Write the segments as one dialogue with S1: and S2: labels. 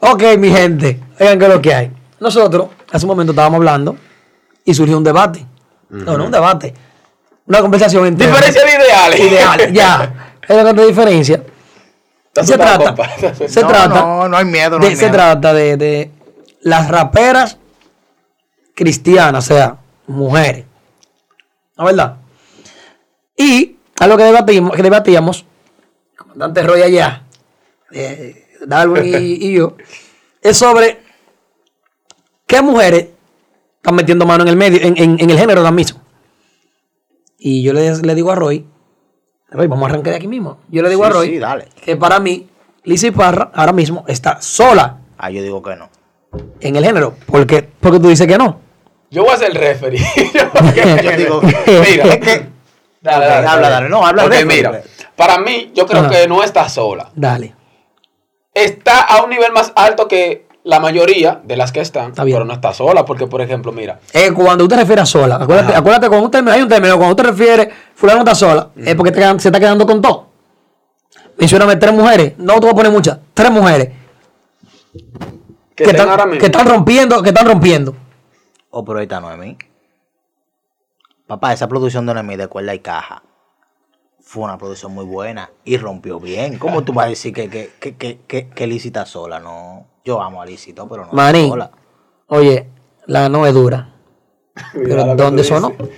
S1: Ok, mi gente, oigan que es lo que hay. Nosotros, hace un momento estábamos hablando y surgió un debate. No, no un debate. Una conversación entre.
S2: Diferencia de ideales.
S1: Ideal, ya. Es la diferencia.
S2: Estás
S1: Se
S2: asustado,
S1: trata,
S2: compa.
S1: se
S3: No,
S1: trata,
S3: no, no hay miedo, no
S1: de-
S3: hay
S1: se
S3: miedo.
S1: trata de, de las raperas cristianas, o sea, mujeres. ¿No es verdad? Y a lo que debatimos, que debatíamos, comandante Roy allá, eh, Darwin y, y yo, es sobre qué mujeres están metiendo mano en el medio, en, en- en el género ahora mismo. Y yo le, le digo a Roy, Roy, vamos a arrancar de aquí mismo. Yo le digo
S3: Sí,
S1: a Roy
S3: sí, dale.
S1: que para mí, Lizzy Parra ahora mismo está sola
S3: Ah, yo digo que no.
S1: en el género. ¿Por qué? Porque tú dices que no.
S2: Yo voy a ser el referee.
S3: Yo digo,
S2: Mira.
S3: es que
S2: Dale,
S3: Ok,
S2: dale,
S3: habla, dale. No, habla,
S2: Porque
S3: referee.
S2: mira, para mí, yo creo
S1: Ajá.
S2: que no está sola.
S1: Dale.
S2: Está a un nivel más alto que la mayoría de las que están,
S1: Está bien.
S2: pero no está sola, porque, por ejemplo, mira,
S1: Eh, cuando tú te refieres a sola, acuérdate, acuérdate cuando un término, hay un término, cuando tú te refieres, fulano está sola, es porque te quedan- se está quedando con todo. Mencióname tres mujeres, no te voy a poner muchas, tres mujeres
S2: que,
S1: que,
S2: están
S1: están,
S2: ahora mismo.
S1: que están rompiendo, que están rompiendo.
S3: Oh, pero ahí está Noemí. Papá, esa producción de Noemí de cuerda y caja fue una producción muy buena y rompió bien. ¿Cómo tú vas a decir que, que, que, que, que, que Lizzy está sola? No, yo amo a Lizzy, y todo, pero no está
S1: Maní,
S3: sola.
S1: oye, la no es dura.
S2: Mira lo
S1: Pero
S2: que
S1: ¿dónde
S2: tú
S1: sonó?
S2: dices.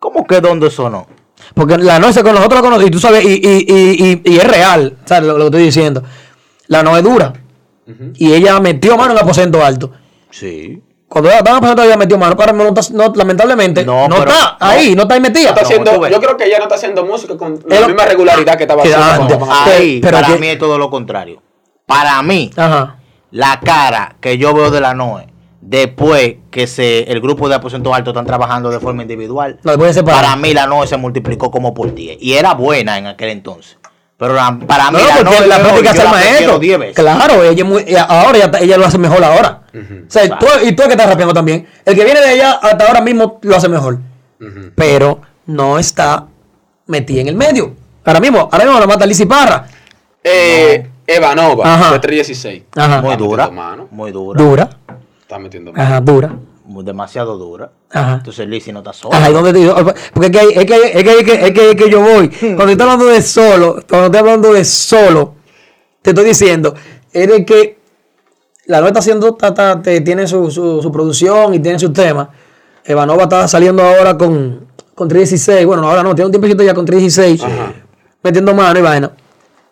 S3: ¿Cómo que dónde sonó?
S1: Porque la no se con nosotros la conoce, y tú sabes, y, y- y- y- y es real, ¿sabes lo, lo que estoy diciendo? La no es dura. Y ella metió mano en el aposento alto.
S3: Sí.
S1: Cuando ella estaba en el aposento alto, ella metió mano, pero no, está- no, lamentablemente no,
S3: No, pero-
S1: está
S3: no.
S1: ahí, no está ahí
S2: No
S1: metida.
S2: está haciendo-
S3: tú ves.
S2: yo creo que ella no está haciendo música con la
S1: Es lo-
S2: misma regularidad que estaba
S1: que
S2: haciendo.
S1: antes.
S2: cuando estaban-
S3: Ahí,
S1: pero
S3: para
S1: que-
S3: mí es todo lo contrario. Para mí,
S1: Ajá.
S3: la cara que yo veo de la Noe después que se, el grupo de aposento alto están trabajando de forma individual,
S1: No, después de separar.
S3: para mí la Noe se multiplicó como por 10 y era buena en aquel entonces. Pero la- para
S1: No,
S3: mí la
S1: porque
S3: Noe
S1: la
S3: de hoy,
S1: práctica es
S3: yo
S1: el
S3: la prefiero
S1: maestro.
S3: 10 veces.
S1: Claro, ella, es muy- ella- ahora ella, ella lo hace mejor ahora. O sea, tú, y tú el que estás rapeando también. El que viene de ella hasta ahora mismo lo hace mejor. Pero no está metida en el medio. Ahora mismo, ahora mismo la mata Lizzy Parra.
S2: Eh, Evanova,
S1: Ajá.
S2: de 316.
S1: Ajá.
S3: Muy
S2: Está
S3: dura,
S2: metiendo mano.
S3: muy dura,
S1: Dura.
S2: Está metiendo mano.
S1: Ajá, dura.
S3: muy- demasiado dura.
S1: Ajá.
S3: Entonces Lizzy no está sola.
S1: Ajá, ¿y dónde te- Porque es que, hay- es, que, hay- es, que, hay- es, que, es que- es que yo voy.
S3: Hmm.
S1: Cuando estoy hablando de solo, cuando estoy hablando de solo, te estoy diciendo, es de que la nueva está haciendo, ta- ta- te- tiene su, su, su producción y tiene sus temas. Evanova está saliendo ahora con, con 316. Bueno, no, ahora no, tiene un tiempecito ya con 316. Metiendo mano y vaina.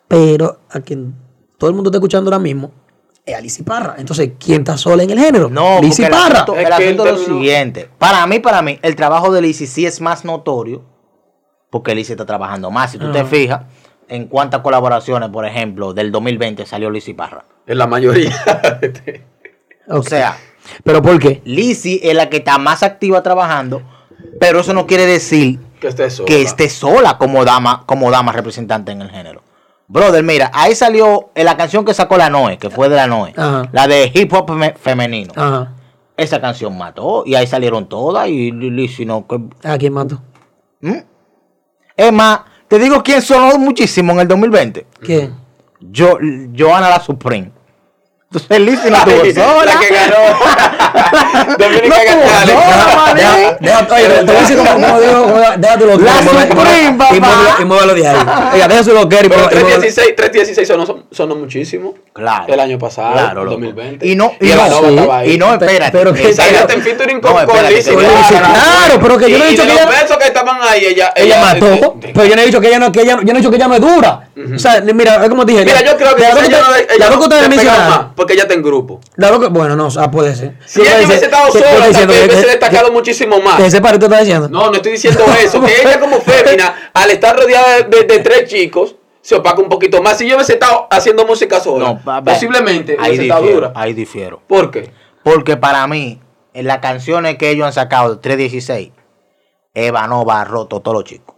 S1: Pero a quien todo el mundo está escuchando ahora mismo es Alicia Parra. Entonces, ¿quién está sola en el género?
S3: No, porque
S1: Alicia
S3: el
S1: Parra.
S3: asunto,
S2: Es
S3: el
S2: que
S3: asunto
S2: él
S3: es lo
S2: terminó-
S3: siguiente. Para mí, para mí, el trabajo de Lizzy sí es más notorio porque Lizzy está trabajando más. Si tú
S2: Ah.
S3: te fijas en cuántas colaboraciones, por ejemplo, del 2020 salió Lizzy Parra.
S2: En la mayoría.
S3: O sea,
S1: ¿Pero por qué?
S3: Lizzy es la que está más activa trabajando, pero eso no quiere decir
S2: que esté sola.
S3: que esté sola como dama, como dama representante en el género. Brother, mira, ahí salió eh, la canción que sacó la Noe, que fue de la Noe,
S1: Ajá.
S3: la de hip hop feme- femenino.
S1: Ajá.
S3: Esa canción mató y ahí salieron todas y Lizzy no... que-
S1: ¿A quién mató?
S3: ¿Mm? Es más, te digo quién sonó muchísimo en el 2020.
S1: ¿Quién?
S3: Yo, Joana la Supreme. Entonces Lizzy no tuvo
S2: Ay,
S3: sola.
S2: La que ganó.
S3: No
S2: Dominica
S3: tuvo
S2: González.
S3: sola, maní.
S1: Deja- deja- oye, te voy a decir como- como digo, como- déjate los
S3: La
S1: loqueros y muévelo-
S3: Supreme, papá.
S1: y muévelo- Y muévelo de ahí. Oiga, déjase lo que
S2: Pero 316, 316 sonó, sonó muchísimo.
S3: Claro.
S2: El año pasado,
S3: Claro, loco.
S2: 2020.
S3: Y no, y,
S2: el
S3: no,
S2: Vanova
S1: sí,
S2: estaba ahí.
S3: y no,
S1: Pe-
S3: espérate.
S1: pero que-
S3: Exacto.
S2: Ella está en featuring con,
S3: No,
S2: con
S3: espérate,
S2: Lizzy
S3: te voy a
S2: Parra.
S3: decir-
S1: claro, pero que yo no he
S2: Y
S1: dicho
S2: de
S1: que
S2: los
S1: ella-
S2: versos que estaban ahí, ella... eh,
S1: Ella mató, pero yo no he dicho que ella no, que ella, yo no he dicho que ella no es dura. O sea, mira, es como dije.
S2: Mira,
S1: la-
S2: yo creo que
S1: la
S2: ella,
S1: dos que
S2: no-
S1: usted-
S2: ella
S1: la dos que
S2: no
S1: ustedes
S2: despegaba más,
S1: mencionaron.
S2: porque ella está en grupo.
S1: la dos que- Bueno, no, ah, puede ser.
S2: Si ella hubiese estado sola, tal vez hubiese destacado muchísimo más.
S1: Ese paro te está diciendo.
S2: No, no estoy diciendo eso. Que ella como fémina, al estar rodeada de, de- de tres chicos, se opaca un poquito más. Si yo hubiese estado haciendo música sola,
S3: No, pa- pa-
S2: posiblemente
S3: ahí
S2: hubiese estado
S3: difiero,
S2: dura.
S3: ahí difiero.
S2: ¿Por qué?
S3: Porque para mí, en las canciones que ellos han sacado, de 316, Eva no va roto todos los chicos.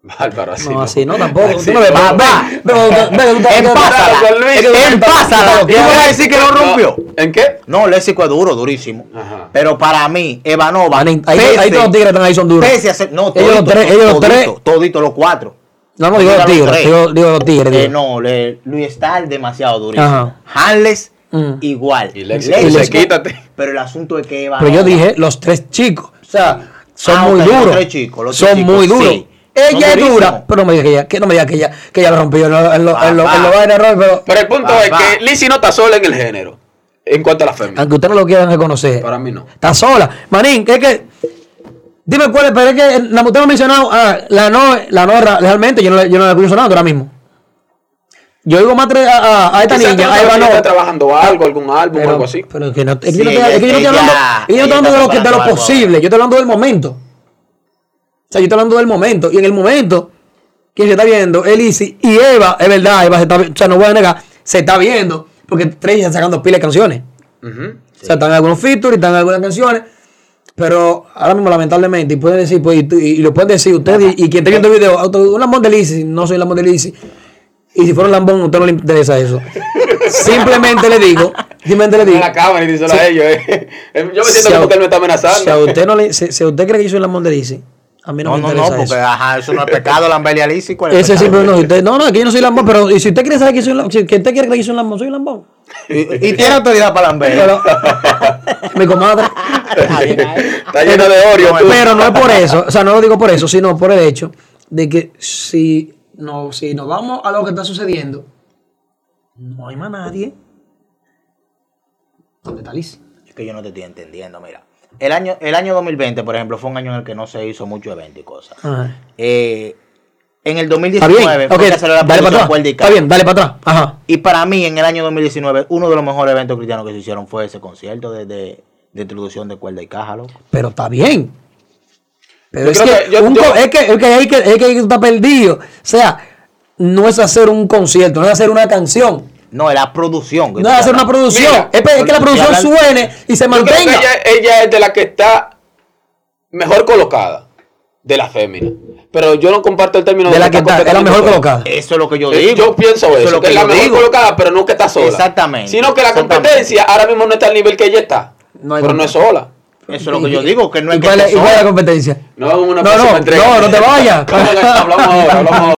S2: Bárbaro, así.
S1: No, así no, tampoco.
S2: Así
S1: Tú no le
S2: no.
S1: vas, va. Pero, pero, pero, tú estás-
S3: En
S1: tú estás-
S3: pásala,
S2: Don Luis,
S3: en pásala.
S1: Don
S2: Ah,
S3: ¿Tú me
S1: Luis.
S3: vas a decir que no rompió?
S2: ¿En qué?
S3: No, Léxico es duro, durísimo.
S2: Ajá.
S3: Pero para mí, Evanova.
S1: Ah, Ahí, ahí todos los tigres están ahí son duros.
S3: Pese a ser. No,
S1: ellos los
S3: todito,
S1: tres, ellos los
S3: todito,
S1: tres.
S3: todito, los cuatro.
S1: No, no, digo
S3: Mira
S1: los tigres,
S3: tres.
S1: digo, digo los tigres.
S3: Eh,
S1: digo.
S3: no, le- Luis Star demasiado durísimo.
S1: Ajá.
S3: Hanles
S1: Mm.
S3: igual.
S2: Y Lexi, dice, quítate.
S3: Pero el asunto es que Eva.
S1: Pero yo
S3: no-
S1: dije, los tres chicos. O sea, son
S3: Ah,
S1: muy
S3: ok, los
S1: duros.
S3: tres chicos, los tres
S1: son
S3: chicos,
S1: muy duros.
S3: sí. Son
S1: Ella es
S3: durísimos.
S1: dura, pero no me diga que ella, que no me diga que ella, que ella lo rompió en lo, en lo, en lo, en lo
S3: Papá.
S1: vaina, Roy, pero
S2: Pero el punto
S3: Va,
S2: es
S3: va.
S2: que Lizzie no está sola en el género. En cuanto a la femina.
S1: aunque ustedes no lo quieran reconocer.
S2: Para mí no.
S1: Está sola. Manín, es que. Dime cuál es, pero es que la usted no ha mencionado. Ah, la no, la no, ra- realmente yo no, la- yo no la escucho sonando ahora mismo. Yo digo más tres- a, a- a esta
S2: Quizás tú
S1: niña,
S2: no
S1: a
S2: sabes
S1: Eva
S2: si
S1: no.
S2: está trabajando algo, algún álbum o
S1: Pero,
S2: algo así.
S1: pero es que no, es que
S3: Sí,
S1: yo no estoy- es que yo no estoy
S3: ella-
S1: hablando, es que yo no estoy
S3: ella
S1: hablando de lo, que, de lo
S3: preparando algo
S1: posible, yo estoy hablando del momento. O sea, yo estoy hablando del momento. Y en el momento que se está viendo, Elisi y Eva, es verdad, Eva se está, vi- o sea, no voy a negar, se está viendo, porque tres están sacando pilas de canciones.
S2: Ujú.
S1: O sea, están algunos features, están algunas canciones. Pero ahora mismo, lamentablemente, y pueden decir, pues, y, tú- y- y lo pueden decir ustedes, y, y quien esté viendo el video, auto- un lambón de Lizzy, no soy lambón de Lizzy. Y si fuera un lambón, a usted no le interesa eso. simplemente le digo, simplemente le digo.
S2: Mira la cámara y díselo a ellos. eh. Yo me siento
S1: si a-
S2: como que él me está
S1: Si a
S2: amenazando.
S1: usted, no le, si, si a usted cree que yo soy lambón de Lizzy, a mí no,
S3: No,
S1: me
S3: no, no,
S1: interesa
S3: porque ah,
S1: eso.
S3: ajá, eso no es pecado, Lambelia Lisi. ¿cuál es
S1: Ese
S3: el
S1: siempre
S3: pecado?
S1: no, si usted, no, no, que yo no soy lambón, pero y si usted quiere saber que soy un lambón, si que usted quiere creer que soy un lambón, soy un lambón.
S3: Y, y tiene autoridad para Lambelia.
S1: Pero- mi comadre.
S2: está lleno de orio. tú.
S1: Pero no es por eso, o sea, no lo digo por eso, sino por el hecho de que si, no, si nos vamos a lo que está sucediendo, no hay más nadie. ¿Dónde está Liz?
S3: Es que yo no te estoy entendiendo, mira. El año, el año 2020, por ejemplo, fue un año en el que no se hizo mucho evento y cosas.
S2: Ah.
S3: Eh, en el
S1: Ah. Está
S3: 2019
S1: bien,
S3: fue
S1: ok,
S3: que salió la
S1: dale para
S3: producción
S1: atrás.
S3: Cuerda y
S1: Está
S3: Cava.
S1: bien, dale para atrás. Ajá.
S3: Y para mí, en el año 2019, uno de los mejores eventos cristianos que se hicieron fue ese concierto de, de- de introducción de cuerda y caja, loco.
S1: Pero está bien. Pero
S2: Yo
S1: es
S2: creo
S1: que,
S2: que yo-
S1: un
S2: yo-
S1: co- es que, es que ahí que, es que ahí está perdido. O sea, no es hacer un concierto, no es hacer una canción,
S3: No, era producción. que
S1: no
S3: tú
S1: es hacer
S3: hablas.
S1: una producción.
S2: Mira,
S1: es, pe- es que la
S3: estoy
S1: producción
S3: hablando-
S1: suene y se
S2: Yo creo que
S1: mantenga.
S2: ella, ella es de la que está mejor colocada de la fémina. Pero yo no comparto el término
S1: de la que está, es la mejor
S2: completamente
S1: colocada.
S3: Eso es lo que yo
S2: Eh,
S3: digo.
S2: Yo pienso eso,
S3: es lo
S2: que,
S3: que
S2: es la
S3: yo
S2: mejor
S3: digo.
S2: colocada, pero nunca está sola.
S3: Exactamente.
S2: Sino que la competencia ahora mismo no está al nivel que ella está.
S1: No hay
S2: pero no es sola.
S3: Eso es lo que yo digo, que no es
S1: ¿Y
S3: que
S1: cuál
S3: esté
S1: es- y cuál es la
S3: sola.
S1: competencia?
S2: No, en una
S1: No,
S2: próxima
S1: no,
S2: entrega.
S1: no, no te vayas.
S2: hablamos ahora, hablamos ahora.